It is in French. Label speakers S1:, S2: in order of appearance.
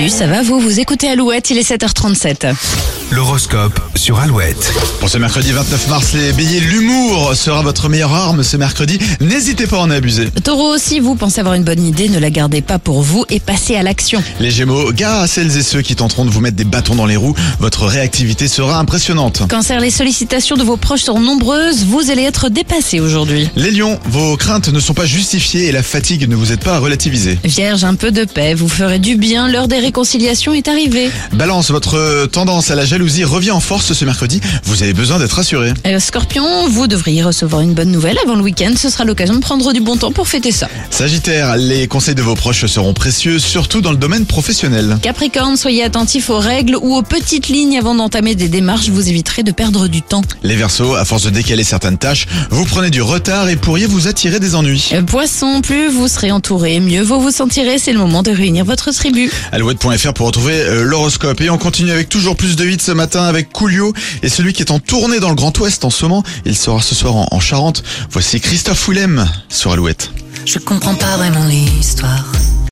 S1: Salut, ça va vous Vous écoutez Alouette, il est 7h37.
S2: L'horoscope sur Alouette.
S3: Pour ce mercredi 29 mars, les béliers, l'humour sera votre meilleure arme ce mercredi. N'hésitez pas à en abuser.
S1: Taureau, si vous pensez avoir une bonne idée, ne la gardez pas pour vous et passez à l'action.
S3: Les gémeaux, gare à celles et ceux qui tenteront de vous mettre des bâtons dans les roues. Votre réactivité sera impressionnante.
S1: Cancer, les sollicitations de vos proches sont nombreuses, vous allez être dépassé aujourd'hui.
S3: Les lions, vos craintes ne sont pas justifiées et la fatigue ne vous aide pas à relativiser.
S1: Vierge, un peu de paix, vous ferez du bien, l'heure des réconciliations est arrivée.
S3: Balance, votre tendance à la jalousie revient en force ce mercredi. Vous avez besoin d'être rassuré.
S1: Euh, Scorpion, vous devriez recevoir une bonne nouvelle avant le week-end, ce sera l'occasion de prendre du bon temps pour fêter ça.
S3: Sagittaire, les conseils de vos proches seront précieux, surtout dans le domaine professionnel.
S1: Capricorne, soyez attentif aux règles ou aux petites lignes avant d'entamer des démarches, vous éviterez de perdre du temps.
S3: Les versos, à force de décaler certaines tâches, vous prenez du retard et pourriez vous attirer des ennuis.
S1: Euh, Poisson, plus vous serez entouré, mieux vous vous sentirez, c'est le moment de réunir votre tribu.
S3: Alouette.fr pour retrouver euh, l'horoscope. Et on continue avec toujours plus de hits ce matin avec Coolio et celui qui est en tournée dans le Grand Ouest en ce moment. Il sera ce soir en, en Charente. Voici Christophe Willem sur Alouette.
S4: Je comprends pas vraiment l'histoire.